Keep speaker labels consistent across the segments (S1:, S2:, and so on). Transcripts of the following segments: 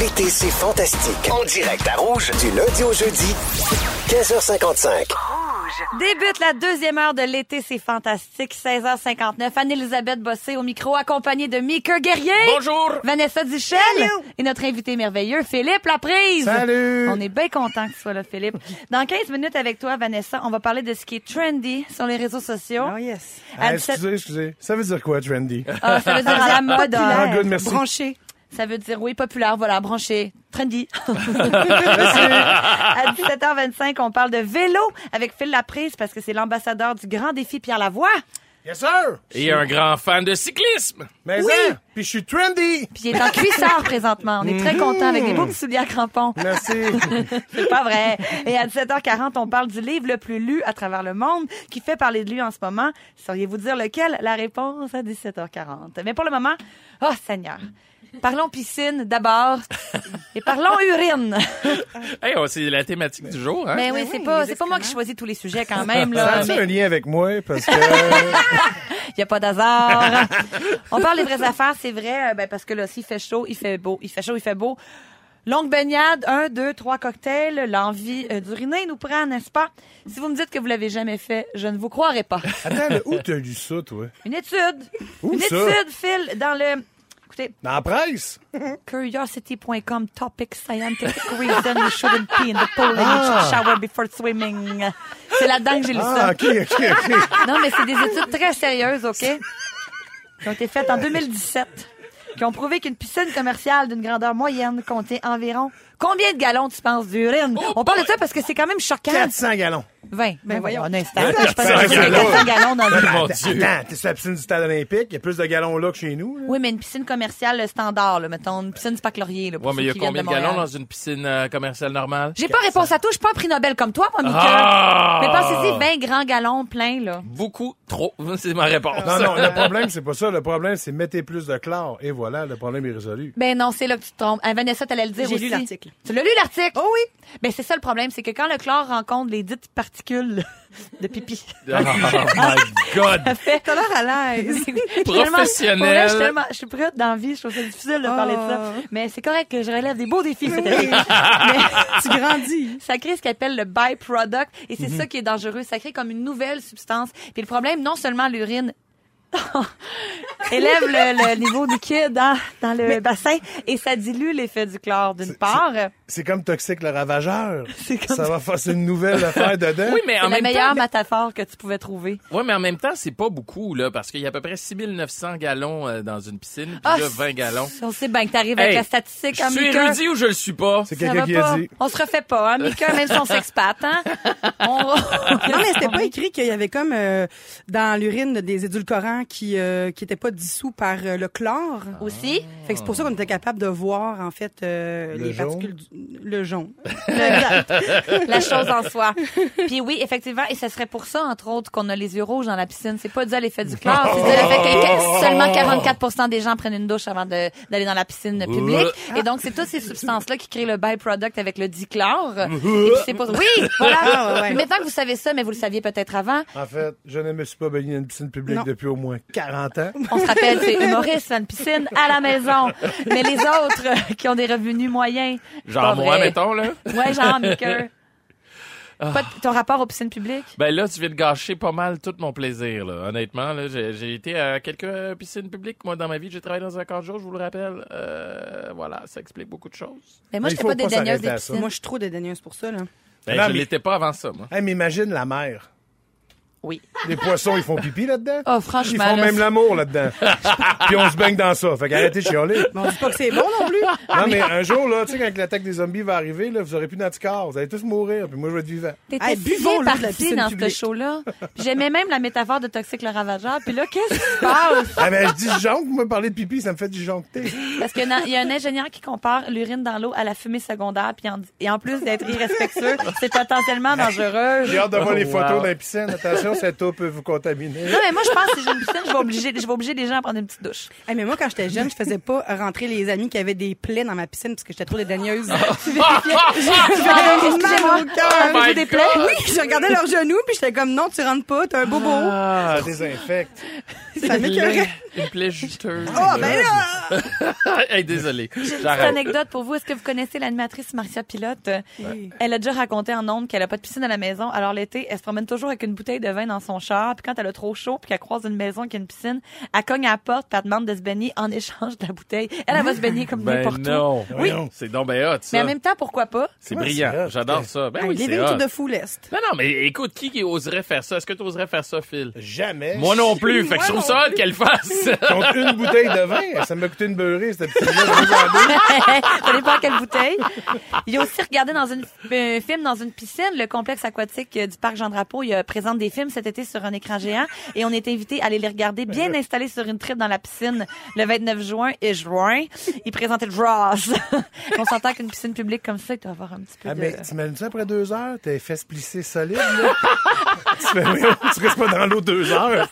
S1: L'été, c'est fantastique. En direct à Rouge, du lundi au jeudi, 15h55.
S2: Débute la deuxième heure de l'été, c'est fantastique. 16h59. Anne-Elisabeth Bossé au micro, accompagnée de Mika Guerrier.
S3: Bonjour.
S2: Vanessa Duchel. Et notre invité merveilleux, Philippe Laprise.
S3: Salut.
S2: On est bien content que tu sois là, Philippe. Dans 15 minutes avec toi, Vanessa, on va parler de ce qui est trendy sur les réseaux sociaux.
S4: Oh yes.
S2: À
S3: Ah,
S2: 17
S3: excusez, excusez. Ça veut dire quoi, trendy?
S2: Ah, ça veut dire à la mode.
S3: Ah,
S2: hein.
S3: good, merci.
S4: Branché.
S2: Ça veut dire oui, populaire, voilà, branché, trendy. à 17h25, on parle de vélo avec Phil Laprise parce que c'est l'ambassadeur du grand défi Pierre Lavoie.
S3: Yes, sir!
S5: Et un grand fan de cyclisme.
S3: Mais
S2: Oui.
S3: hein, puis je suis trendy!
S2: Puis il est en cuissard présentement. On est
S3: Mhm.
S2: très content avec des beaux petits souliers à crampons.
S3: Merci.
S2: C'est pas vrai. Et à 17h40, on parle du livre le plus lu à travers le monde qui fait parler de lui en ce moment. Sauriez-vous dire lequel? La réponse à 17h40. Mais pour le moment, oh Seigneur. Parlons piscine d'abord et parlons urine.
S5: Hey, on- c'est la thématique du jour. Hein?
S2: Mais oui,
S4: oui,
S2: c'est pas,
S4: les
S2: c'est pas moi qui
S4: excréments.
S2: choisis tous les sujets quand même.
S3: Ça
S2: Là.
S3: a-tu un lien avec moi? Parce que...
S2: Il n'y a pas d'hasard. On parle des vraies affaires, c'est vrai, euh, ben, parce que là, s'il fait chaud, il fait beau. Il fait chaud, il fait beau. Longue baignade, un, deux, trois cocktails, l'envie euh, d'uriner nous prend, n'est-ce pas? Si vous me dites que vous l'avez jamais fait, je ne vous croirai pas.
S3: Attends, là, où t'as lu ça, toi?
S2: Une étude.
S3: Où
S2: une
S3: ça?
S2: étude, Phil, dans le. Écoutez,
S3: Dans la presse?
S2: curiosity.com, topic scientific reason you shouldn't pee in the pool and you should shower before swimming. C'est là-dedans que j'ai lu ça.
S3: Ah, OK, OK, OK.
S2: Non, mais c'est des études très sérieuses, OK? Qui ont été faites en 2017, qui ont prouvé qu'une piscine commerciale d'une grandeur moyenne contient environ combien de gallons, tu penses, d'urine? On parle de ça parce que c'est quand même choquant.
S3: 400 gallons.
S2: 20. Oh, Ben voyons, un instant.
S3: 400
S2: Je pense que c'est
S3: gallons.
S2: 400 gallons dans une...
S5: Mon
S3: Attends,
S5: Dieu.
S3: attends, t'es sur la piscine du stade olympique, il y a plus de gallons là que chez nous. là.
S2: Oui, mais une piscine commerciale euh, standard, là, mettons, une piscine Spac Laurier, là, pour
S5: Ouais, mais il y
S2: ceux
S5: a
S2: qui viennent
S5: combien de
S2: Montréal.
S5: gallons dans une piscine euh, commerciale normale?
S2: J'ai pas réponse à tout, je suis pas un prix Nobel comme toi, moi, Mika.
S5: Ah!
S2: Mais pensez-y, ben- 20 grands gallons pleins, là.
S5: Beaucoup trop. C'est ma réponse.
S3: Non, non, le problème, c'est pas ça. Le problème, c'est mettez plus de chlore. Et voilà, le problème est résolu.
S2: Ben non, c'est là que tu te trompes. Ah, Vanessa, t'allais le dire
S4: J'ai
S2: aussi.
S4: lu l'article.
S2: Tu l'as lu l'article? Oh oui. Ben c'est ça le problème, c'est que quand le chlore rencontre les dites particules de pipi.
S5: Oh my God.
S4: T'as l'air à l'aise.
S5: Professionnel.
S2: Pour vrai, je, suis tellement- je suis prête d'envie, je trouve ça difficile de parler de ça.
S4: Oh.
S2: Mais c'est correct que je relève des beaux défis cette année.
S4: tu grandis.
S2: ça crée ce qu'on appelle le byproduct et
S5: Mhm.
S2: c'est ça qui est dangereux. Ça crée comme une nouvelle substance. Puis le problème, non seulement l'urine élève le, le niveau liquide dans, dans le bassin et ça dilue l'effet du chlore d'une part.
S3: C'est comme toxique le ravageur.
S2: comme
S3: Ça va faire c'est une nouvelle affaire dedans.
S5: Oui, mais
S2: C'est
S5: en
S2: la
S5: même
S2: meilleure
S5: temps.
S2: métaphore que tu pouvais trouver.
S5: Ouais, mais en même temps, c'est pas beaucoup, là, parce qu'il y a à peu près 6900 gallons euh, dans une piscine, puis là, 20 gallons.
S2: Ah, On sait bien que t'arrives avec
S5: Hey,
S2: la statistique
S5: Je
S2: en
S5: suis
S2: Mika.
S5: érudit ou je le suis pas?
S3: C'est
S2: Ça
S3: quelqu'un
S2: va
S3: qui a
S2: pas.
S3: dit.
S2: On se refait pas, hein, Mika, même si on s'expate, hein. On...
S5: Ah.
S4: Non, mais c'était pas écrit qu'il y avait comme euh, dans l'urine des édulcorants qui euh, qui étaient pas dissous par euh, le chlore.
S2: Aussi,
S4: Fait que c'est pour ça qu'on était capable de voir en fait euh,
S3: Le
S4: les
S3: jaune.
S4: particules du- le jaune.
S5: Ah.
S2: la chose en soi. Puis oui, effectivement, et ce serait pour ça, entre autres, qu'on a les yeux rouges dans la piscine. C'est pas dû à l'effet du chlore, c'est dû à l'effet que seulement 44 des gens prennent une douche avant de- d'aller dans la piscine publique. Et donc, c'est toutes ces substances-là qui créent le byproduct avec le dichlore. Et puis, c'est pour... Oui,
S4: Ah, ouais,
S2: voilà.
S4: ouais.
S2: Maintenant que vous savez ça, mais vous le saviez peut-être avant,
S3: En fait, je ne me suis pas baigné dans une piscine publique
S4: Non.
S3: depuis au moins 40 ans.
S2: On se rappelle, c'est humoriste, fan piscine, à la maison. Mais les autres euh, qui ont des revenus moyens. pas
S5: Genre moi,
S2: vrai.
S5: mettons, là.
S2: Ouais, genre, Mickey. Pas t- ton rapport aux piscines publiques?
S5: Ben là, tu viens de gâcher pas mal tout mon plaisir, là. Honnêtement, là, j'ai, j'ai été à quelques euh, piscines publiques, moi, dans ma vie. J'ai travaillé dans un camp de jour, je vous le rappelle. Euh, voilà, ça explique beaucoup de choses.
S4: Ben,
S2: Mais moi,
S3: Mais
S2: j'étais
S3: il faut
S2: pas
S3: pas
S2: dédaigneuse
S3: s'arrêter
S2: des
S3: à ça.
S2: piscines.
S4: Moi, je suis trop dédaigneuse pour ça là.
S5: Ben,
S3: Non,
S5: je
S3: mais-
S5: l'étais pas avant ça, moi.
S3: Hey, mais imagine la mer.
S2: Oui.
S3: Les poissons, ils font pipi là-dedans.
S2: Oh,
S3: ils
S2: franchement,
S3: font
S2: là,
S3: même
S2: c'est-
S3: l'amour là-dedans. Puis on se baigne dans ça. Fait qu'arrêtez de chialer.
S4: Mais on dit pas que c'est bon non plus.
S2: Ah,
S3: Non, mais un jour, là, tu sais, quand l'attaque des zombies va arriver, là, vous aurez plus d'anticorps. Vous allez tous mourir. Puis moi, je vais être vivant.
S2: T'étais
S4: Hey,
S2: si
S4: buvons
S2: bien
S4: l'eau de la
S2: partie
S4: piscine
S2: dans ce
S4: publique.
S2: show-là. Puis J'aimais même la métaphore de Toxique le Ravageur. Puis là, qu'est-ce qui se passe?
S3: Ah, ben, je dis jonque. Moi, parler de pipi, ça me fait disjoncter.
S2: Parce qu'il y en a- il y a un ingénieur qui compare l'urine dans l'eau à la fumée secondaire. Puis en, et en plus d'être irrespectueux, c'est potentiellement dangereux.
S3: J'ai hâte de voir les
S5: Oh,
S3: photos
S5: wow.
S3: d'un piscine. Attention, cette eau peut vous contaminer.
S2: Non, mais moi, je pense que si j'ai une piscine, je vais obliger, je vais obliger les gens à prendre une petite douche.
S4: Hey, mais moi quand j'étais jeune, je faisais pas rentrer les amis qui avaient des plaies dans ma piscine parce que j'étais trop dédaigneuse.
S2: Ah,
S4: J'avais
S2: excusez-moi.
S4: mal au cœur.
S2: Avez-vous
S5: Oh my
S2: des
S5: God.
S2: plaies?
S4: Oui, je regardais
S5: Ah.
S4: leurs genoux puis j'étais comme non, tu rentres pas, t'as un bobo.
S3: Ah, désinfecte.
S4: Ça m'écœurait.
S5: une plaie juteuse. Ben,
S4: Ah, ben là!
S5: hey, désolé.
S2: Petite
S5: J'arrête.
S2: anecdote pour vous. Est-ce que vous connaissez l'animatrice Marcia Pilote? Elle a déjà raconté en ondes qu'elle a pas de piscine à la maison. Alors l'été, elle se promène toujours avec une bouteille de vin dans son char. Puis quand elle a trop chaud, puis qu'elle croise une maison qui a une piscine, elle cogne à la porte, puis elle demande de se baigner en échange de la bouteille. Elle, elle va se baigner comme
S5: Ben
S2: n'importe où.
S5: non.
S3: Oui.
S5: C'est donc ben hot,
S2: Mais
S5: ça.
S2: en même temps, pourquoi pas?
S5: C'est
S3: Ouais, c'est
S5: brillant.
S3: hot.
S5: J'adore ça. Ben oui, c'est
S4: Living to
S5: hot.
S4: the fullest.
S5: Non, non, mais écoute, qui qui oserait faire ça? Est-ce que tu oserais faire ça, Phil?
S3: Euh, Jamais.
S5: Moi non plus. Fait que je trouve ça hot qu'elle fasse.
S3: Contre une bouteille de vin, ça m'a coûté une beurrée, cette petite là
S2: ça dépend quelle bouteille. Il a aussi regardé dans une, un film dans une piscine, le complexe aquatique euh, du parc Jean Drapeau. Il euh, présente des films cet été sur un écran géant et on est invité à aller les regarder bien installés sur une trip dans la piscine le 29 juin et juin. Il présentait Draws. on s'entend qu'une piscine publique comme ça, il doit avoir un petit peu
S3: Ah,
S2: de...
S3: mais t'imagines ça après deux heures, t'es fesses plissées solides, là? tu fais, voyons, tu restes pas dans l'eau deux heures.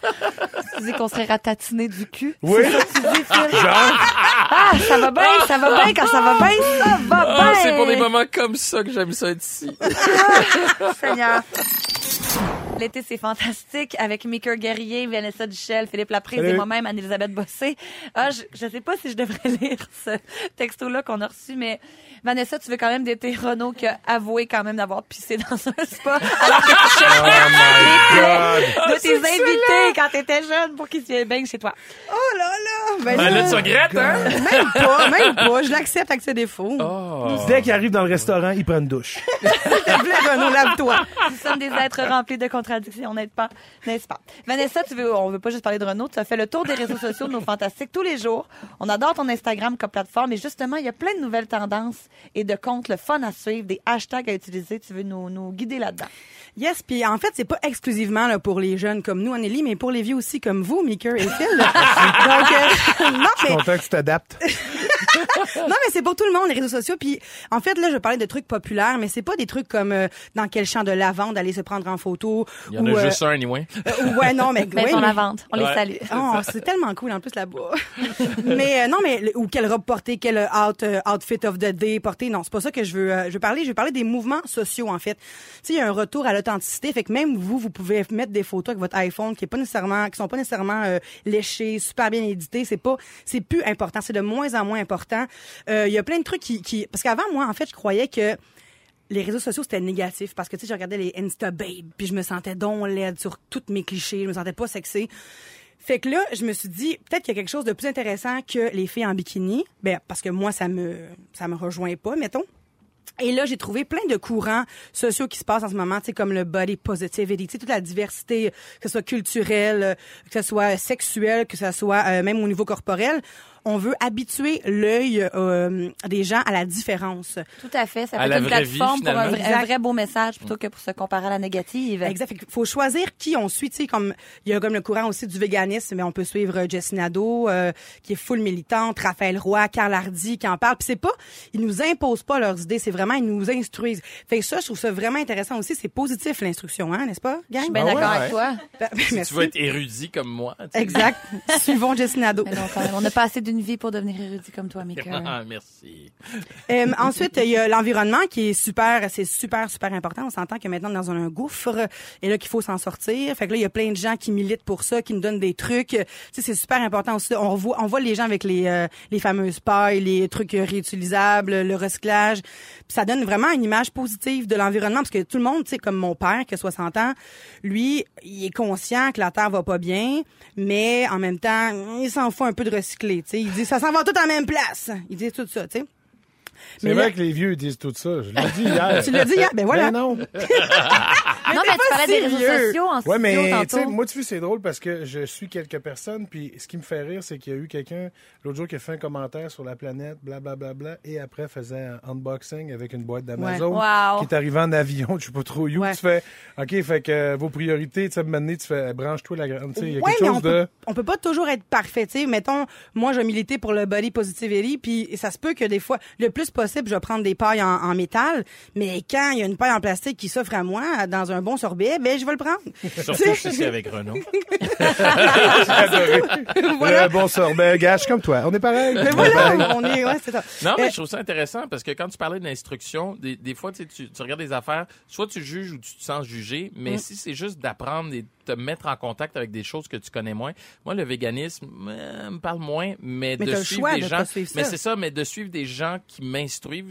S2: Tu dis qu'on serait ratatiné du cul.
S3: Oui.
S2: Tu
S5: Ah,
S2: dis, Phil,
S3: Genre,
S2: ah, ça va bien, ça va bien, quand ça va bien, ça va bien.
S5: Ah, c'est pour des moments comme ça que j'aime ça être ici.
S2: Seigneur. L'été, c'est fantastique avec Mika Guerrier, Vanessa Duchel, Philippe Laprise
S3: Salut.
S2: et moi-même, Anne-Elisabeth Bossé. Ah, je, je sais pas si je devrais lire ce texto-là qu'on a reçu, mais Vanessa, tu veux quand même d'été Renault qui a avoué quand même d'avoir pissé dans un spa alors que tu cherchais de tes invités quand t'étais jeune pour qu'ils se baignent chez toi.
S4: Oh là là! Ben,
S5: Ben là,
S4: là,
S5: tu regrettes, hein?
S4: Même pas, même pas. Je l'accepte avec ses défauts.
S5: Oh.
S3: dès qu'il arrive dans le restaurant, il prend une douche.
S4: S'il te plaît, Renaud, lave-toi.
S2: Nous sommes des êtres remplis de contradictions, n'est-ce pas? N'est-ce pas? Vanessa, tu veux, on veut pas juste parler de Renault, tu as fait le tour des réseaux sociaux de nos fantastiques tous les jours. On adore ton Instagram comme plateforme et justement, il y a plein de nouvelles tendances et de comptes, le fun à suivre, des hashtags à utiliser. Tu veux nous, nous guider là-dedans?
S4: Yes, puis en fait, c'est pas exclusivement là, pour les jeunes comme nous, Anneli, mais pour les vieux aussi comme vous, Mika et Phil. Donc, euh, non, mais
S3: Content que tu t'adaptes.
S4: non, mais c'est pour tout le monde, les réseaux sociaux. Puis, en fait, là, je parlais de trucs populaires, mais c'est pas des trucs comme euh, dans quel champ de lavande aller se prendre en photo.
S5: Il y en
S4: ou,
S5: a
S4: euh,
S5: juste un, anyway.
S4: euh, ouais, non, mais.
S2: Mais
S4: ouais,
S2: on Ben,
S4: mais-
S2: la vente, on les
S5: Ouais.
S2: salue.
S4: Oh, c'est tellement cool en plus là-bas. mais euh, non, mais le- ou quelle robe porter, quel euh, out, euh, outfit of the day porter. Non, c'est pas ça que je veux. euh, je veux parler. Je veux parler des mouvements sociaux en fait. Tu sais, il y a un retour à l'authenticité. Fait que même vous, vous pouvez mettre des photos avec votre iPhone qui est pas nécessairement, qui sont pas nécessairement euh, léchées, super bien éditées. C'est pas, c'est plus important. C'est de moins en moins important. Euh, Il y a plein de trucs qui, qui parce qu'avant moi, en fait, je croyais que les réseaux sociaux, c'était négatif parce que, tu sais, je regardais les Insta Babe, puis je me sentais donc laide sur tous mes clichés, je me sentais pas sexy. Fait que là, je me suis dit, peut-être qu'il y a quelque chose de plus intéressant que les filles en bikini. Ben, parce que moi, ça me, ça me rejoint pas, mettons. Et là, j'ai trouvé plein de courants sociaux qui se passent en ce moment, tu sais, comme le body positivity, tu sais, toute la diversité, que ce soit culturelle, euh, que ce soit sexuelle, que ce soit euh, même au niveau corporel. On veut habituer l'œil euh, des gens à la différence.
S2: Tout à fait. Ça
S5: À
S2: peut
S5: la
S2: être une
S5: vraie vie,
S2: plateforme pour un
S5: finalement.
S2: vrai, un vrai beau message plutôt que pour se comparer à la négative.
S4: Exact. Fait qu'il faut choisir qui on suit. Tu sais, comme il y a comme le courant aussi du véganisme, mais on peut suivre euh, Jessie Nadeau, euh, qui est full militante, Raphaël Roy, Carl Hardy, qui en parle. Puis c'est pas, ils nous imposent pas leurs idées. C'est vraiment, ils nous instruisent. Fait que ça, je trouve ça vraiment intéressant aussi. C'est positif l'instruction, hein, n'est-ce pas, gang?
S2: Je suis bien
S5: Ah ouais,
S2: d'accord
S5: ouais.
S2: avec toi.
S4: Ben, ben,
S5: Si
S4: merci.
S5: tu veux être érudit comme moi. tu sais.
S4: Exact. Suivons Jessie Nadeau.
S2: Mais non, quand même, on a pas assez d'une vie pour devenir érudit comme toi, Mika.
S5: Ah, merci.
S4: Euh, ensuite, il y a l'environnement qui est super, c'est super, super important. On s'entend que maintenant, on est dans un gouffre et là, qu'il faut s'en sortir. Fait que là, il y a plein de gens qui militent pour ça, qui nous donnent des trucs. Tu sais, c'est super important aussi. On voit, on voit les gens avec les, euh, les fameuses pailles, les trucs euh, réutilisables, le recyclage. Puis ça donne vraiment une image positive de l'environnement parce que tout le monde, tu sais, comme mon père qui a 60 ans, lui, il est conscient que la Terre va pas bien, mais en même temps, il s'en fout un peu de recycler. Tu sais, il dit, ça s'en va tout en même place. Il dit tout ça, tu sais.
S3: C'est
S4: Mais
S3: vrai
S4: là-
S3: que les vieux disent tout ça. Je l'ai dit hier.
S4: Tu l'as dit hier? Ben voilà.
S3: Mais non.
S2: non, mais tu parlais des réseaux
S4: sérieux.
S2: sociaux en studio
S3: Ouais, mais tu
S2: tantôt.
S3: sais, moi, tu sais, c'est drôle parce que je suis quelques personnes, puis ce qui me fait rire, c'est qu'il y a eu quelqu'un l'autre jour qui a fait un commentaire sur la planète, blablabla, bla, bla, et après faisait un unboxing avec une boîte d'Amazon
S2: Ouais. Wow.
S3: qui est arrivée en avion. Je sais pas trop où.
S4: Ouais.
S3: Tu fais, OK, fait que euh, vos priorités, tu sais, maintenant, tu fais, eh, branche-toi la grande. Tu sais, il y a
S4: Ouais,
S3: quelque
S4: mais
S3: chose
S4: on,
S3: de.
S4: peut, on peut pas toujours être parfait. tu sais. Mettons, moi, je vais militer pour le body positivity, puis ça se peut que des fois, le plus possible, je vais prendre des pailles en, en métal, mais quand il y a une paille en plastique qui s'offre à moi dans dans un bon sorbet, ben je vais le prendre.
S5: Surtout si c'est avec Renaud.
S3: Le
S4: Voilà.
S3: Eh, bon Ben, sorbet, gâche comme toi. On est pareil.
S4: Mais voilà, on est, ouais, c'est ça.
S5: Non,
S4: Euh,
S5: mais je trouve ça intéressant parce que quand tu parlais d'instruction, des, des fois, tu, sais, tu, tu regardes des affaires, soit tu juges ou tu te sens jugé,
S4: Mm.
S5: mais si c'est juste d'apprendre et de te mettre en contact avec des choses que tu connais moins, moi, le véganisme euh, me parle moins, mais,
S4: Mais
S5: de
S4: t'as le
S5: suivre
S4: choix
S5: des
S4: de
S5: gens.
S4: pas suivre
S5: mais
S4: ça.
S5: c'est ça, mais de suivre des gens qui m'instruisent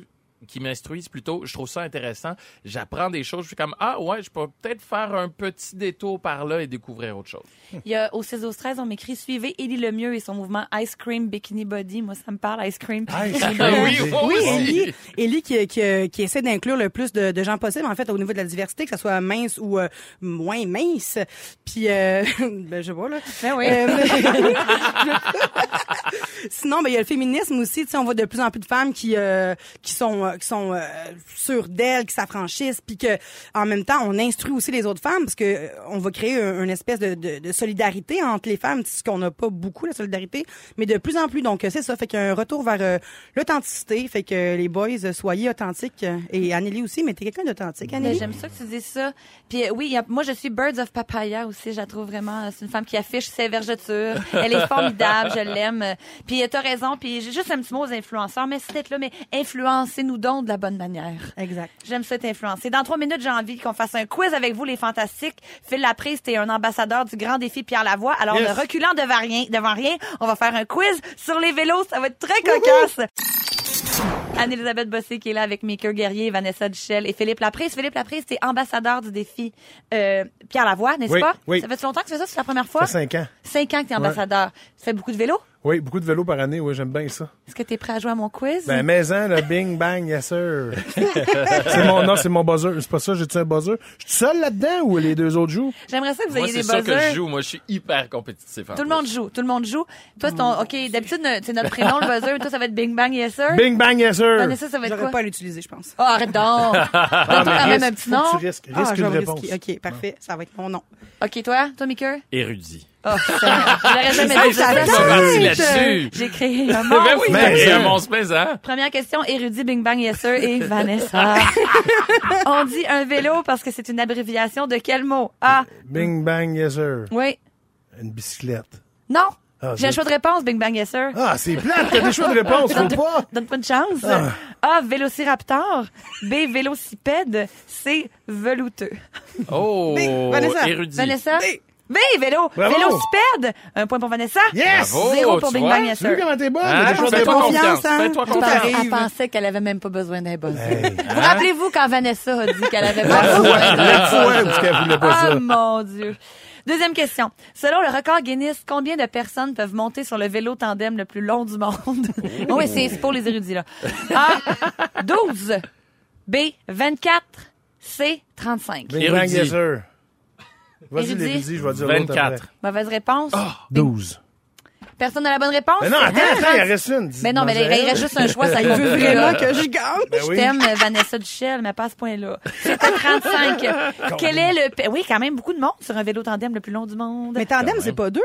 S5: qui m'instruisent plutôt, je trouve ça intéressant. J'apprends des choses, je suis comme ah ouais, je peux peut-être faire un petit détour par là et découvrir autre chose.
S2: Il y a au 6 au 13, on m'écrit suivez Élie Lemieux et son mouvement Ice Cream Bikini Body. Moi, ça me parle, Ice Cream.
S3: Ice cream.
S5: Ah oui,
S3: J'ai-
S5: oh,
S4: Oui,
S5: aussi.
S4: Ellie, Ellie qui, qui, qui essaie d'inclure le plus de, de gens possible, en fait, au niveau de la diversité, que ça soit mince ou euh, moins mince. Puis, euh, ben, je vois, là.
S2: Ben oui.
S4: Euh, Sinon, ben, il y a le féminisme aussi. Tu sais, on voit de plus en plus de femmes qui, euh, qui sont, euh, qui sont euh, sûres d'elles, qui s'affranchissent, puis que en même temps, on instruit aussi les autres femmes parce que euh, on va créer un- une espèce de, de, de solidarité entre les femmes, ce qu'on n'a pas beaucoup la solidarité, mais de plus en plus. Donc euh, c'est ça, fait qu'il y a un retour vers euh, l'authenticité, fait que euh, les boys euh, soyez authentiques euh, et Anneli aussi, mais t'es quelqu'un d'authentique,
S2: Mais
S4: Anneli.
S2: Ben, J'aime ça que tu dis ça. Puis euh, oui, il y a- moi je suis Birds of Papaya aussi, je la trouve vraiment euh, c'est une femme qui affiche ses vergetures. Elle est formidable, je l'aime. Euh, Puis euh, t'as raison, puis j'ai juste un petit mot aux influenceurs, mais c'est peut-être là mais influencez-nous donc de la bonne manière.
S4: Exact.
S2: J'aime cette influence. Et dans trois minutes, j'ai envie qu'on fasse un quiz avec vous, les fantastiques. Phil Laprise, t'es un ambassadeur du grand défi Pierre Lavoie. Alors,
S3: Yes.
S2: ne reculant devant rien, devant rien, on va faire un quiz sur les vélos. Ça va être très cocasse. Anne-Elisabeth Bossé qui est là avec Maker Guerrier, Vanessa Duchel et Philippe Laprise. Philippe Laprise, t'es ambassadeur du défi euh, Pierre Lavoie, n'est-ce
S3: Oui,
S2: pas?
S3: oui.
S2: Ça fait longtemps que tu fais ça? C'est la première
S3: Ça
S2: fois?
S3: fait cinq ans.
S2: Cinq ans que t'es ambassadeur. Tu fais beaucoup de vélo?
S3: Oui, beaucoup de vélo par année. Oui, j'aime bien ça.
S2: Est-ce que t'es prêt à jouer à mon quiz?
S3: Ben, maison, le bing bang, yes sir. c'est mon, non, c'est mon buzzer. C'est pas ça, j'ai-tu un buzzer? Je suis seul là-dedans ou les deux autres jouent?
S2: J'aimerais ça que vous
S5: Moi,
S2: ayez des
S5: c'est ça que
S2: buzzers.
S5: je joue. Moi, je suis hyper compétitif. en
S2: Tout le
S5: plus.
S2: monde joue, tout le monde joue. Toi, c'est
S4: Mmh.
S2: ton, ok, d'habitude, ne- c'est notre prénom, le buzzer. Toi, ça va être Bing Bang Yes Sir.
S3: Bing bang, yes sir.
S2: Vanessa, Ben, ça va être
S4: J'aurais
S2: quoi?
S4: pas à l'utiliser, je pense.
S2: Oh, arrête donc! Donne-toi
S3: mais
S2: quand même un
S3: risque,
S2: petit
S3: faut
S2: nom.
S3: que Tu risques, risque
S4: ah, je
S3: une
S4: vais
S3: réponse.
S4: risquer. Ok, parfait, ça va être mon nom.
S2: OK, toi, toi, Mickey?
S5: Érudit.
S2: Oh, putain. J'aurais jamais
S5: Hey,
S2: dit ça.
S5: j'étais pas parti là-dessus.
S2: J'ai créé un
S5: Ben
S2: monstre.
S5: oui,
S3: Mais-
S5: c'est un monstre plaisant.
S2: Première question, érudit Bing Bang Yes Sir et Vanessa. On dit un vélo parce que c'est une abréviation de quel mot? Ah,
S3: Bing bang, yes sir.
S2: oui.
S3: Une bicyclette.
S2: Non.
S3: Ah,
S2: J'ai un
S3: zut.
S2: choix de réponse, Bing Bang Yes Sir.
S3: Ah, c'est plate, t'as des choix de réponse, faut pas.
S2: Donne pas une chance.
S3: Ah.
S2: A, vélociraptor. B, vélocipède. C, velouteux.
S5: Oh,
S4: Mais, Vanessa,
S5: érudit.
S2: Vanessa?
S4: B.
S2: B, vélo.
S3: Bravo.
S2: Vélocipède. Un point pour Vanessa.
S3: Yes!
S5: Bravo.
S2: Zéro pour
S5: tu
S2: Bing
S5: vois.
S2: Bang Yes
S3: Tu vois
S2: Sir.
S3: comment t'es bonne?
S5: Hein?
S3: t'as des choix de
S5: Fais-toi
S3: réponse.
S4: réponse.
S5: confiance.
S4: hein.
S5: Fais-toi
S4: Tout
S2: Elle
S5: confiance.
S4: à
S2: pensait- Elle
S4: arrive.
S2: pensait qu'elle avait même pas besoin d'un buzzer.
S3: Hey.
S2: Vous rappelez-vous quand Vanessa a dit qu'elle avait pas
S3: Ouais,
S2: besoin d'un
S3: la fois où qu'elle voulait pas
S2: Ah
S3: ça.
S2: mon Dieu. Deuxième question. Selon le record Guinness, combien de personnes peuvent monter sur le vélo tandem le plus long du monde? oui, c'est c'est pour les érudits, là. A, 12. B, 24. C, 35.
S3: Bing bang,
S5: Érudit.
S3: yes sir. Vas-y,
S2: Érudit.
S3: Lévis, je vais dire l'autre après.
S5: 24.
S2: Mauvaise réponse.
S3: 12.
S2: Personne n'a la bonne réponse?
S3: Ah! Mais non, attends,
S2: Hein,
S3: attends, il en
S2: Francis?
S3: reste une. dis-
S2: Mais non, mais là, il
S3: mangez-la.
S2: reste juste un choix, ça compte
S4: Je veux
S2: pas, là.
S4: vraiment que je gagne.
S3: Ben
S2: Je
S3: oui.
S2: t'aime, euh, Vanessa Duchel, mais pas à ce point-là. C'était 35. Quel est le... pa- Oui, quand même, beaucoup de monde sur un vélo tandem le plus long du monde.
S4: Mais tandem, c'est pas deux.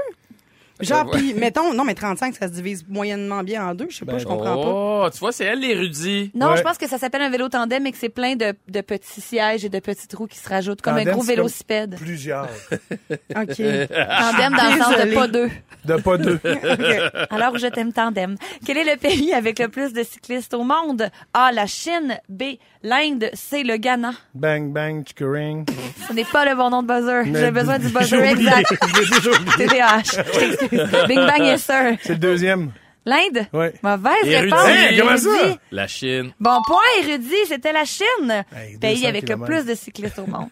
S4: Genre,
S5: Euh, Ouais.
S4: puis mettons, non, mais 35, ça se divise moyennement bien en deux. Je sais pas, je comprends pas.
S5: Oh, tu vois, c'est elle l'érudit.
S2: Non,
S3: Ouais.
S2: je pense que ça s'appelle un vélo tandem et que c'est plein de, de petits sièges et de petits trous qui se rajoutent, comme un
S3: Tandem,
S2: gros
S3: c'est
S2: vélocipède.
S3: Plusieurs.
S4: OK.
S5: Ah,
S2: Tandem dans le sens de
S4: Désolée.
S2: pas deux.
S3: De pas deux.
S4: OK.
S2: Alors où je t'aime tandem. Quel est le pays avec le plus de cyclistes au monde? A, la Chine. B, l'Inde. C, le Ghana.
S3: Bang, bang, chickering.
S2: Ce n'est pas le bon nom de buzzer.
S3: Mais-
S2: J'ai besoin du buzzer
S3: J'ai oublié.
S2: exact.
S3: Je l'ai déjà oublié.
S2: TDAH. Je t'excuse. Bing bang, yes sir.
S3: C'est le deuxième.
S2: L'Inde?
S3: Ouais.
S2: Mauvaise
S5: Érudit.
S2: réponse.
S5: Hein, comment
S3: ça?
S2: Érudit.
S5: La Chine.
S2: Bon point, érudit, c'était la Chine.
S3: Hey, 200
S2: pays avec le
S3: kilomètres.
S2: plus de cyclistes au monde.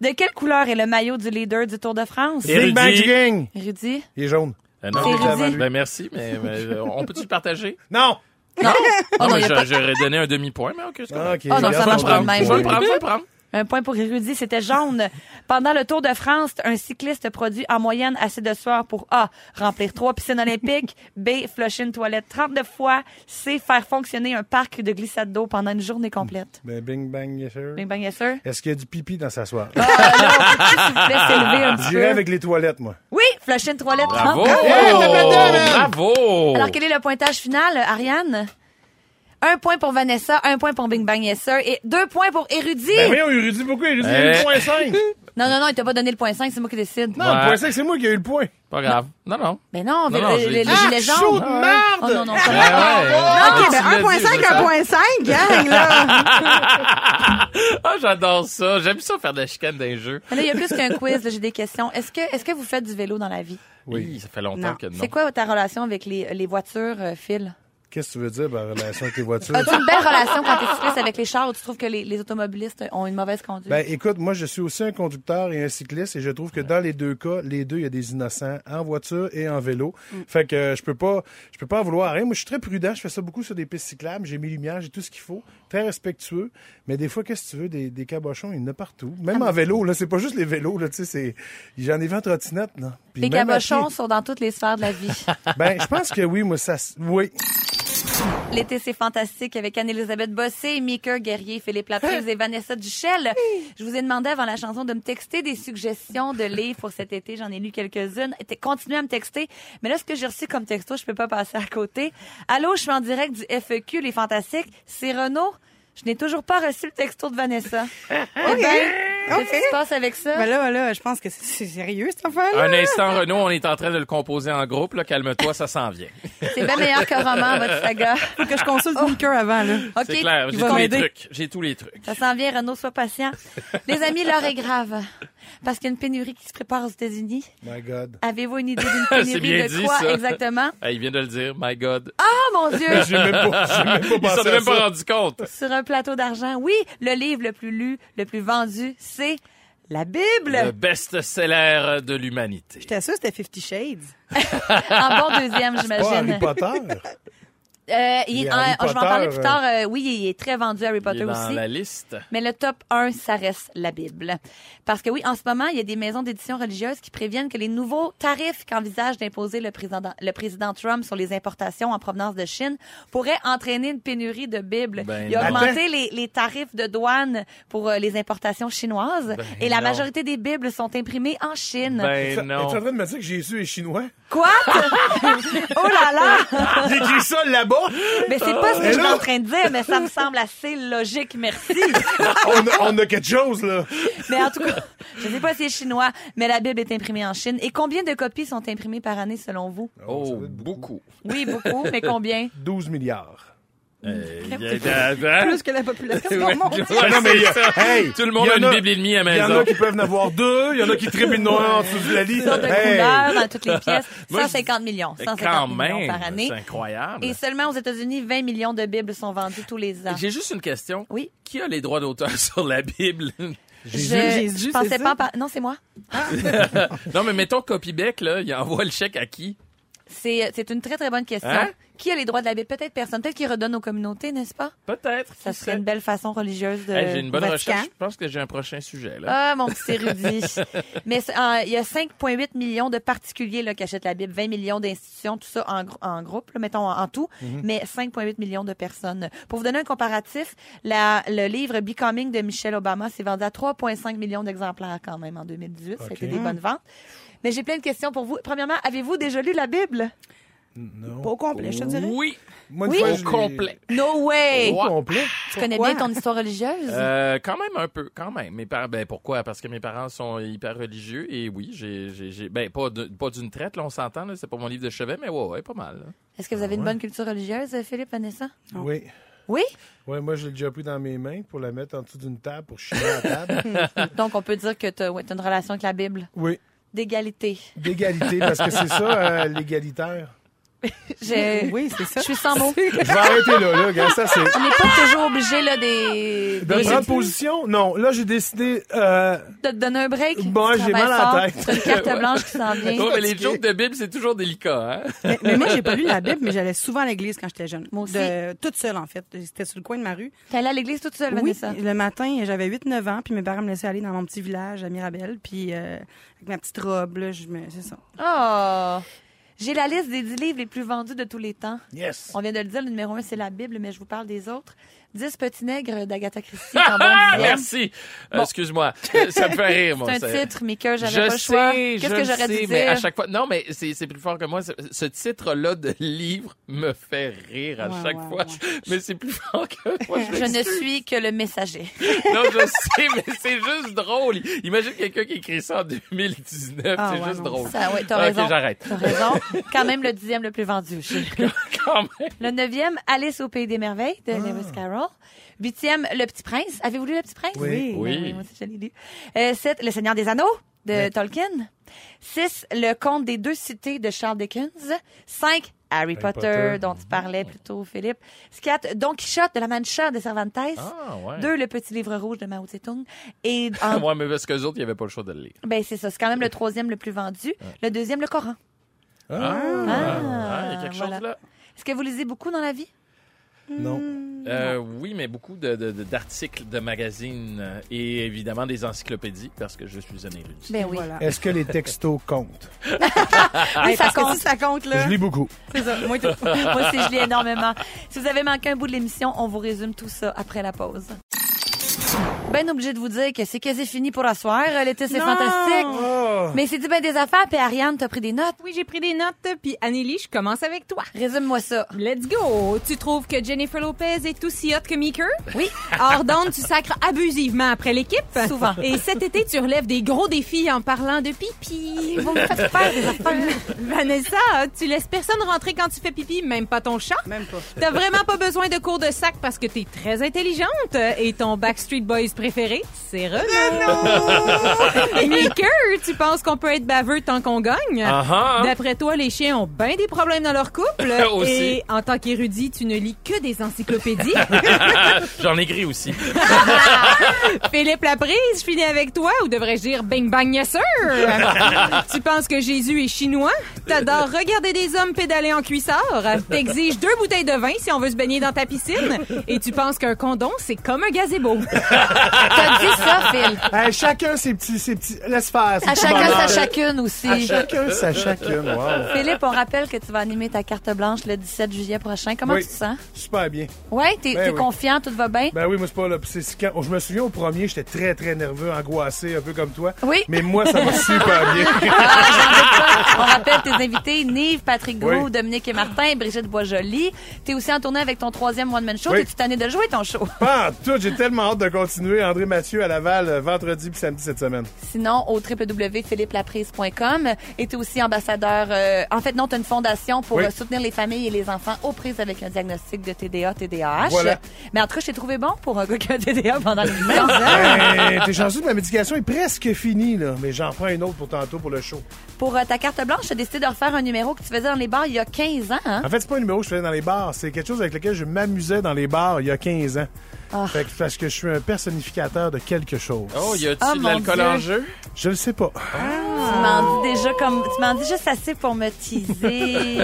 S2: De quelle couleur est le maillot du leader du Tour de France?
S5: Et- Érudit.
S3: Big bang, chickering.
S2: Érudit?
S3: Il est jaune.
S5: Euh,
S2: C'est érudit.
S5: Ben merci, mais, mais, euh, on peut-tu le partager?
S3: Non!
S2: Non? Oh
S5: Non,
S2: non,
S5: mais
S2: y a
S5: je-
S2: pas-
S5: j'aurais donné un demi-point, mais ok, c'est correct.
S2: Ah non, ça marche pas de même.
S5: Je vais le prendre, je vais le prendre.
S2: Un point pour érudit, c'était jaune. Pendant le Tour de France, un cycliste produit en moyenne assez de sueur pour A. Remplir trois piscines olympiques. B. Flusher une toilette 32 fois. C. Faire fonctionner un parc de glissade d'eau pendant une journée complète.
S3: Ben, bing, bang, yes, sir.
S2: Bing bang yes sir.
S3: Est-ce qu'il y a du pipi dans sa soirée?
S2: Ah, là, on peut-tu, s'il vous plaît, s'élever un petit peu?
S3: J'irai avec les toilettes, moi.
S2: Oui, flusher une toilette 32
S5: Bravo! Oh!
S3: t'as pas de dame, hein?
S5: Bravo!
S2: Alors, quel est le pointage final, euh, Ariane? Un point pour Vanessa, un point pour Bing Bang Yes Sir et deux points pour Érudit.
S3: Ben voyons, Érudit, pourquoi Érudit a eu
S5: Eh.
S3: le point 5?
S2: Non, non, non, il t'a pas donné le point 5, c'est moi qui décide.
S3: Non,
S5: Ouais.
S3: le point 5, c'est moi qui ai eu le point.
S5: Pas grave. Non, non.
S2: Ben non,
S5: Non, non,
S2: les,
S5: je
S2: les,
S5: l'ai dit.
S2: les gilets
S3: Ah, chaud de
S2: jaunes.
S3: merde!
S2: Oh non, non,
S5: Ouais,
S2: ça
S5: Ben, ouais.
S2: va.
S5: Ah,
S4: OK,
S5: tu
S4: ben
S5: l'as dit,
S4: 1.5,
S5: je
S2: hein.
S5: savais.
S4: 1.5, gang, là.
S5: Ah, j'adore ça. J'aime ça faire de la chicane dans les jeux.
S2: Mais Là, il y a plus qu'un quiz, là, j'ai des questions. Est-ce que, est-ce que vous faites du vélo dans la vie?
S5: Oui, ça fait longtemps
S4: Non.
S5: que non.
S2: C'est quoi ta relation avec les, les voitures, euh, Phil?
S3: Qu'est-ce que tu veux dire par relation avec les voitures?
S2: As-tu une belle relation quand tu cyclistes avec les chars ou tu trouves que les, les automobilistes ont une mauvaise conduite?
S3: Ben écoute, moi je suis aussi un conducteur et un cycliste et je trouve que dans les deux cas, les deux il y a des innocents en voiture et en vélo. Fait que euh, je peux pas je peux pas en vouloir à rien. Moi je suis très prudent, je fais ça beaucoup sur des pistes cyclables, j'ai mes lumières, j'ai tout ce qu'il faut, très respectueux, mais des fois qu'est-ce que tu veux des, des cabochons, il y en a partout, même en vélo là, c'est pas juste les vélos là, tu sais c'est j'en ai vu en trottinette non. Puis
S2: les
S3: même à
S2: cabochons
S3: pied.
S2: sont dans toutes les sphères de la vie.
S3: Ben je pense que oui, moi ça s- oui.
S2: L'été, c'est fantastique avec Anne-Elisabeth Bossé, Mika Guerrier, Philippe Laprise
S5: Hein?
S2: et Vanessa Duchel. Je vous ai demandé avant la chanson de me texter des suggestions de livres pour cet été. J'en ai lu quelques-unes. Et t- Continuez à me texter. Mais là, ce que j'ai reçu comme texto, je peux pas passer à côté. Allô, je suis en direct du FEQ, les fantastiques. C'est Renaud. Je n'ai toujours pas reçu le texto de Vanessa.
S5: Hein?
S2: Eh ben, qu'est-ce qui se passe avec ça?
S4: Ben là, là, je pense que c'est- c'est sérieux, cette affaire-là.
S5: Un instant, Renaud, on est en train de le composer en groupe. Là, calme-toi, ça s'en vient.
S2: C'est bien meilleur que roman, votre saga.
S5: Ah,
S4: Faut que je consulte
S2: Oh.
S4: mon cœur avant, là.
S2: OK.
S5: C'est clair, j'ai
S4: va
S5: tous les
S4: m'aider.
S5: trucs. J'ai tous les trucs.
S2: Ça s'en vient, Renaud, sois patient. Les amis, l'heure est grave. Parce qu'il y a une pénurie qui se prépare aux États-Unis.
S3: My god.
S2: Avez-vous une idée d'une
S5: C'est
S2: pénurie
S5: bien
S2: de
S5: dit,
S2: quoi
S5: ça. Ben,
S2: exactement?
S5: Ah, il vient de le dire, my God.
S2: Oh mon Dieu!
S3: J'ai même pas j'ai même
S5: il
S3: pas
S5: s'en
S3: pensé
S5: est
S3: à
S5: même
S3: ça.
S5: pas rendu compte.
S2: Sur un plateau d'argent, oui, le livre le plus lu, le plus vendu, c'est la Bible.
S5: Le best-seller de l'humanité.
S4: J'étais sûre que c'était Fifty Shades.
S2: En bon deuxième,
S3: Pas
S2: j'imagine.
S3: Harry Potter.
S2: Euh, il-
S3: Il est
S2: en-
S3: Harry
S2: je vais en parler
S3: Potter,
S2: plus tard. Euh, oui, il est très vendu Harry
S5: Il
S2: Potter
S5: est dans
S2: aussi.
S5: la liste.
S2: Mais le top 1, ça reste la Bible. Parce que oui, en ce moment, il y a des maisons d'édition religieuses qui préviennent que les nouveaux tarifs qu'envisage d'imposer le président, le président Trump sur les importations en provenance de Chine pourraient entraîner une pénurie de Bibles.
S5: Ben
S2: il a
S5: non.
S2: augmenté les, les tarifs de douane pour euh, les importations chinoises et la
S5: Ben, non.
S2: majorité des Bibles sont imprimées en Chine.
S5: Ben
S3: Tu es en
S5: non.
S3: train de me dire que Jésus est chinois?
S2: Quoi? oh là là!
S3: J'ai écrit Ah! ça là-bas?
S2: Mais c'est pas ce que je suis
S3: là-
S2: en train de dire, mais ça me semble assez logique, merci.
S3: on, a, on a quelque chose, là.
S2: Mais en tout cas, je sais pas si c'est chinois, mais la Bible est imprimée en Chine. Et combien de copies sont imprimées par année selon vous?
S5: Oh, beaucoup.
S2: Oui, beaucoup, mais combien?
S3: 12 milliards.
S5: Euh, il y a- hein?
S4: Plus que la population.
S5: Ouais,
S4: Mon Dieu.
S5: ouais,
S3: non, mais il y a-
S5: c'est ça.
S3: hey,
S5: Tout le monde
S3: il y
S5: a
S3: en a-
S5: une Bible et demie à la
S3: Il y en
S5: maison.
S3: a qui peuvent en avoir deux, il y en a qui trippent une noire en dessous de la lit.
S2: Sortes de couleurs dans toutes les pièces.
S5: Moi, je-
S2: 150 millions. 150
S5: Quand
S2: millions
S5: même,
S2: par année.
S5: c'est incroyable.
S2: Et seulement aux États-Unis, 20 millions de Bibles sont vendues tous les ans.
S5: J'ai juste une question.
S2: Oui.
S5: Qui a les droits d'auteur sur la Bible?
S2: Je,
S4: Jésus,
S2: je
S4: c'est
S2: pensais pas
S4: ça?
S2: en par- Non, c'est moi.
S5: non, mais mettons Copybeck, là, il envoie le chèque à qui?
S2: C'est c'est une très, très bonne question.
S5: Hein?
S2: Qui a les droits de la Bible? Peut-être personne. Peut-être qu'ils redonnent aux communautés, n'est-ce pas?
S5: Peut-être.
S2: Ça serait une belle façon religieuse de...
S5: Hey, j'ai une bonne
S4: au Vatican.
S5: recherche. Je pense que j'ai un prochain sujet, là.
S2: Ah, mon petit érudit. Mais c'est- euh, il y a 5,8 millions de particuliers là, qui achètent la Bible, 20 millions d'institutions, tout ça en, grou- en groupe, là, mettons en, en tout, mais 5,8 millions de personnes. Pour vous donner un comparatif, la, le livre Becoming de Michelle Obama s'est vendu à 3,5 millions d'exemplaires quand même en 2018.
S3: Ok.
S2: C'était des bonnes ventes. Mais j'ai plein de questions pour vous. Premièrement, avez-vous déjà lu la Bible?
S3: Non.
S4: Pas au complet, je te dirais.
S5: Oui,
S3: Moi, une
S2: Oui.
S3: fois,
S5: au
S3: je l'ai-
S5: complet.
S2: No way!
S3: Au complet?
S2: Tu connais
S4: Pourquoi?
S2: bien ton histoire religieuse?
S5: Euh, quand même un peu, quand même. Mes parents, ben pourquoi Parce que mes parents sont hyper religieux et oui, j'ai, j'ai, j'ai- ben pas, de- pas d'une traite, là, on s'entend. Là, c'est pas mon livre de chevet, mais ouais, ouais, pas mal. là.
S2: Est-ce que vous avez une bonne culture religieuse, Philippe, Vanessa?
S3: Oui.
S2: Oui?
S3: Ouais, moi, je l'ai déjà pris dans mes mains pour la mettre en dessous d'une table pour chier à la table.
S2: Donc, on peut dire que tu as une relation avec la Bible
S3: Oui.
S2: d'égalité.
S3: D'égalité, parce que c'est ça, euh, l'égalitaire.
S2: J'ai-
S4: Oui, c'est ça.
S2: Je suis sans mots.
S3: Je vais arrêter là, là. Regarde, ça, c'est.
S2: On n'est pas toujours obligé là, des...
S3: De
S2: des-
S3: prendre position? Non. Là, j'ai décidé. euh,
S2: de te donner un break.
S3: Bon,
S2: Tu travailles
S3: j'ai mal à la
S2: fort.
S3: tête.
S2: T'as une carte blanche qui s'en vient.
S5: Ouais, Oh, mais les jokes de Bible, c'est toujours délicat. Hein?
S4: Mais, mais moi, j'ai pas lu la Bible, mais j'allais souvent à l'église quand j'étais jeune.
S2: Moi aussi.
S4: De- toute seule, en fait. C'était sur le coin de ma rue.
S2: T'es allée à l'église toute seule,
S4: Oui,
S2: Vanessa.
S4: le matin, j'avais 8-9 ans, puis mes parents me laissaient aller dans mon petit village à Mirabel, puis euh, avec ma petite robe, là, je me... c'est ça.
S2: Oh. J'ai la liste des 10 livres les plus vendus de tous les temps.
S3: Yes.
S2: On vient de le dire, le numéro un, c'est la Bible, mais je vous parle des autres. 10 petits nègres d'Agatha Christie. en bonne
S5: Ah,
S2: dizaine.
S5: merci. Euh, Excuse-moi. Euh, Ça me fait rire, moi.
S2: C'est
S5: ça.
S2: un titre, mais que j'avais
S5: Je
S2: pas le choix.
S5: sais,
S2: Qu'est-ce
S5: je
S2: que
S5: le
S2: j'aurais
S5: sais,
S2: dû
S5: mais à
S2: dire?
S5: chaque fois. Non, mais c'est c'est plus fort que moi. Ce, ce titre-là de livre me fait rire à
S4: Ouais,
S5: chaque
S4: ouais,
S5: fois. Mais c'est plus fort que moi.
S2: Je ne suis que le messager.
S5: Non, je sais, mais c'est juste drôle. Imagine quelqu'un qui écrit ça en 2019.
S4: Ah,
S5: c'est
S4: ouais,
S5: juste
S4: non.
S5: drôle.
S2: Ça, ouais, t'as
S5: Ok,
S2: raison.
S5: j'arrête.
S2: T'as raison. Quand même le dixième le plus vendu. Je-
S5: Quand même.
S2: Le neuvième, Alice au pays des merveilles de Lewis Carroll. Huitième, Le Petit Prince. Avez-vous lu Le Petit Prince?
S3: Oui.
S5: Oui.
S2: Ben moi aussi, je l'ai lu. Euh, sept, Le Seigneur des Anneaux de Tolkien. Six, Le Conte des deux cités de Charles Dickens. Cinq, Harry Potter,
S3: Potter.
S2: dont tu parlais plus tôt, Philippe. Quatre, Don Quichotte de la Mancha de Cervantes.
S5: Ah, ouais.
S2: Deux, Le Petit Livre Rouge de Mao Tse-Tung. Et en-
S5: Moi, mais parce qu'eux autres, ils n'avaient pas le choix de le lire.
S2: ben, c'est ça. C'est quand même le troisième le plus vendu. Le deuxième, Le Coran.
S3: Ah,
S5: Ah, il y a quelque
S2: voilà.
S5: chose là.
S2: Est-ce que vous lisez beaucoup dans la vie?
S3: non.
S2: Hmm.
S5: Euh, oui, mais beaucoup de- de- de- d'articles de, magazines euh, et évidemment des encyclopédies parce que je suis un érudit.
S2: Ben oui.
S4: Voilà.
S3: Est-ce que les textos comptent?
S5: Ah,
S2: Oui, ça
S4: parce que
S2: compte.
S4: si ça compte,
S2: Hein?
S4: là.
S3: Je lis beaucoup.
S4: C'est ça. Moi, tout.
S2: Moi aussi, je lis énormément. Si vous avez manqué un bout de l'émission, on vous résume tout ça après la pause. Ben obligé de vous dire que c'est quasi fini pour la soirée. L'été, c'est
S4: Non!
S2: fantastique.
S3: Ah.
S2: Mais c'est dit ben des affaires, puis Ariane, t'as pris des notes.
S6: Oui, j'ai pris des notes, puis Anneli, je commence avec toi.
S2: Résume-moi ça.
S6: Let's go! Tu trouves que Jennifer Lopez est aussi hot que Meeker?
S2: Oui.
S6: Ordonne, tu sacres abusivement après l'équipe?
S2: Souvent.
S6: Et cet été, tu relèves des gros défis en parlant de pipi.
S2: Vous me faites faire des affaires.
S6: Vanessa, tu laisses personne rentrer quand tu fais pipi, même pas ton chat.
S4: Même pas.
S6: T'as vraiment pas besoin de cours de sac parce que t'es très intelligente et ton Backstreet Boys préféré, c'est Renaud. Meeker, tu penses qu'on peut être baveux tant qu'on gagne?
S5: Ah ah.
S6: D'après toi, les chiens ont bien des problèmes dans leur couple.
S5: Aussi.
S6: Et en tant qu'érudit, tu ne lis que des encyclopédies.
S5: hein? J'en écris aussi.
S6: Philippe Laprise, je finis avec toi, ou devrais-je dire bing bang yes sir? tu penses que Jésus est chinois? T'adores regarder des hommes pédaler en cuissard? T'exiges deux bouteilles de vin si on veut se baigner dans ta piscine? Et tu penses qu'un condom, c'est comme un gazebo?
S2: T'as dit ça, Phil.
S3: Hey, chacun ses petits, ses petits. Laisse faire. c'est
S2: À
S3: pas
S2: chacun sa
S3: mal.
S2: chacune
S3: À
S2: aussi.
S3: chacun sa chacune. Wow.
S2: Philippe, on rappelle que tu vas animer ta carte blanche le 17 juillet prochain. Comment
S3: Oui.
S2: tu te sens?
S3: Super bien.
S2: Ouais, t'es
S3: Ben
S2: t'es
S3: oui.
S2: confiant, tout va bien?
S3: Ben oui, moi, c'est pas là. c'est- c'est quand- je me souviens au premier, j'étais très, très nerveux, angoissé, un peu comme toi.
S2: Oui.
S3: Mais moi, ça va super
S2: Ah,
S3: bien.
S2: On rappelle tes invités, Nive, Patrick Gros,
S3: Oui.
S2: Dominique et Martin, Brigitte Boisjoli. T'es aussi en tournée avec ton troisième One Man Show.
S3: Oui.
S2: T'es-tu tanné de le jouer ton show?
S3: Pas en tout, j'ai tellement hâte de continuer. André Mathieu à Laval, euh, vendredi puis samedi cette semaine.
S2: Sinon, au www.philippelaprise.com. Et t'es aussi ambassadeur... euh, en fait, non, t'as une fondation pour
S3: Oui.
S2: euh, soutenir les familles et les enfants aux prises avec un diagnostic de TDA, TDAH.
S3: Voilà.
S2: Mais en tout cas, je t'ai trouvé bon pour un gars qui a un TDA pendant l'émission.
S3: Ben, T'es chanceux, ma médication est presque finie, là. Mais j'en prends une autre pour tantôt pour le show.
S2: pour euh, ta carte blanche, t'as décidé de refaire un numéro que tu faisais dans les bars il y a 15 ans. Hein?
S3: En fait, c'est pas un numéro que je faisais dans les bars, c'est quelque chose avec lequel je m'amusais dans les bars il y a 15 ans. Fait que- parce que je suis un personnificateur de quelque chose.
S5: Oh, y a-tu
S2: Ah,
S5: de
S2: mon
S5: l'alcool
S2: Dieu.
S5: en jeu?
S3: Je le sais pas.
S2: Tu m'en dis déjà comme. Tu m'en dis juste assez pour me teaser.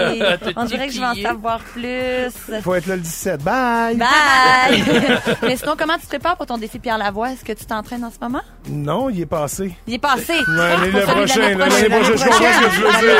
S2: On dirait que je vais en
S5: titiller.
S2: savoir plus.
S3: Faut être là le 17. Bye!
S2: Bye! Mais sinon, comment tu te prépares pour ton défi Pierre Lavoie? Est-ce que tu t'entraînes en ce moment?
S3: Non, il est passé.
S2: Il est passé!
S3: Ouais, l'année
S2: Pour celui de
S3: prochaine,
S2: l'année
S3: l'année prochaine, je
S2: prochaine.
S3: comprends ce que tu veux dire.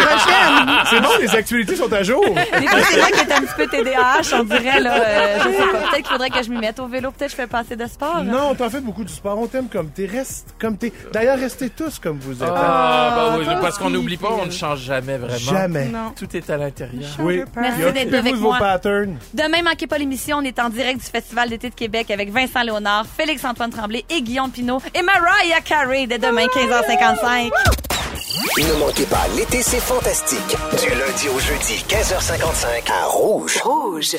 S3: C'est bon, les actualités sont à jour.
S2: Des fois, c'est moi qui est un petit peu TDAH, on dirait, là. euh, je sais pas. Peut-être qu'il faudrait que je m'y mette au vélo, peut-être que je fais passer de sport.
S3: Non, t'en fais beaucoup du sport. On t'aime comme t'es. Reste comme t'es. D'ailleurs, restez tous comme vous êtes. hein.
S5: Ah, bah oui,
S4: toi
S5: parce qu'on
S4: aussi,
S5: n'oublie pas,
S4: Phil.
S5: on ne change jamais vraiment.
S3: Jamais.
S4: Non.
S5: Tout est à l'intérieur.
S3: Eh, Oui.
S2: Merci
S3: Et
S2: d'être avec
S3: Occupez-vous de vos
S2: moi.
S3: patterns.
S2: Demain, manquez pas l'émission. On est en direct du Festival d'été de Québec avec Vincent Léonard, Félix-Antoine Tremblay et Guillaume Pinault et Mariah Carey dès demain, 15h55.
S1: Ne manquez pas, l'été c'est fantastique. Du lundi au jeudi, 15h55 à Rouge. Rouge.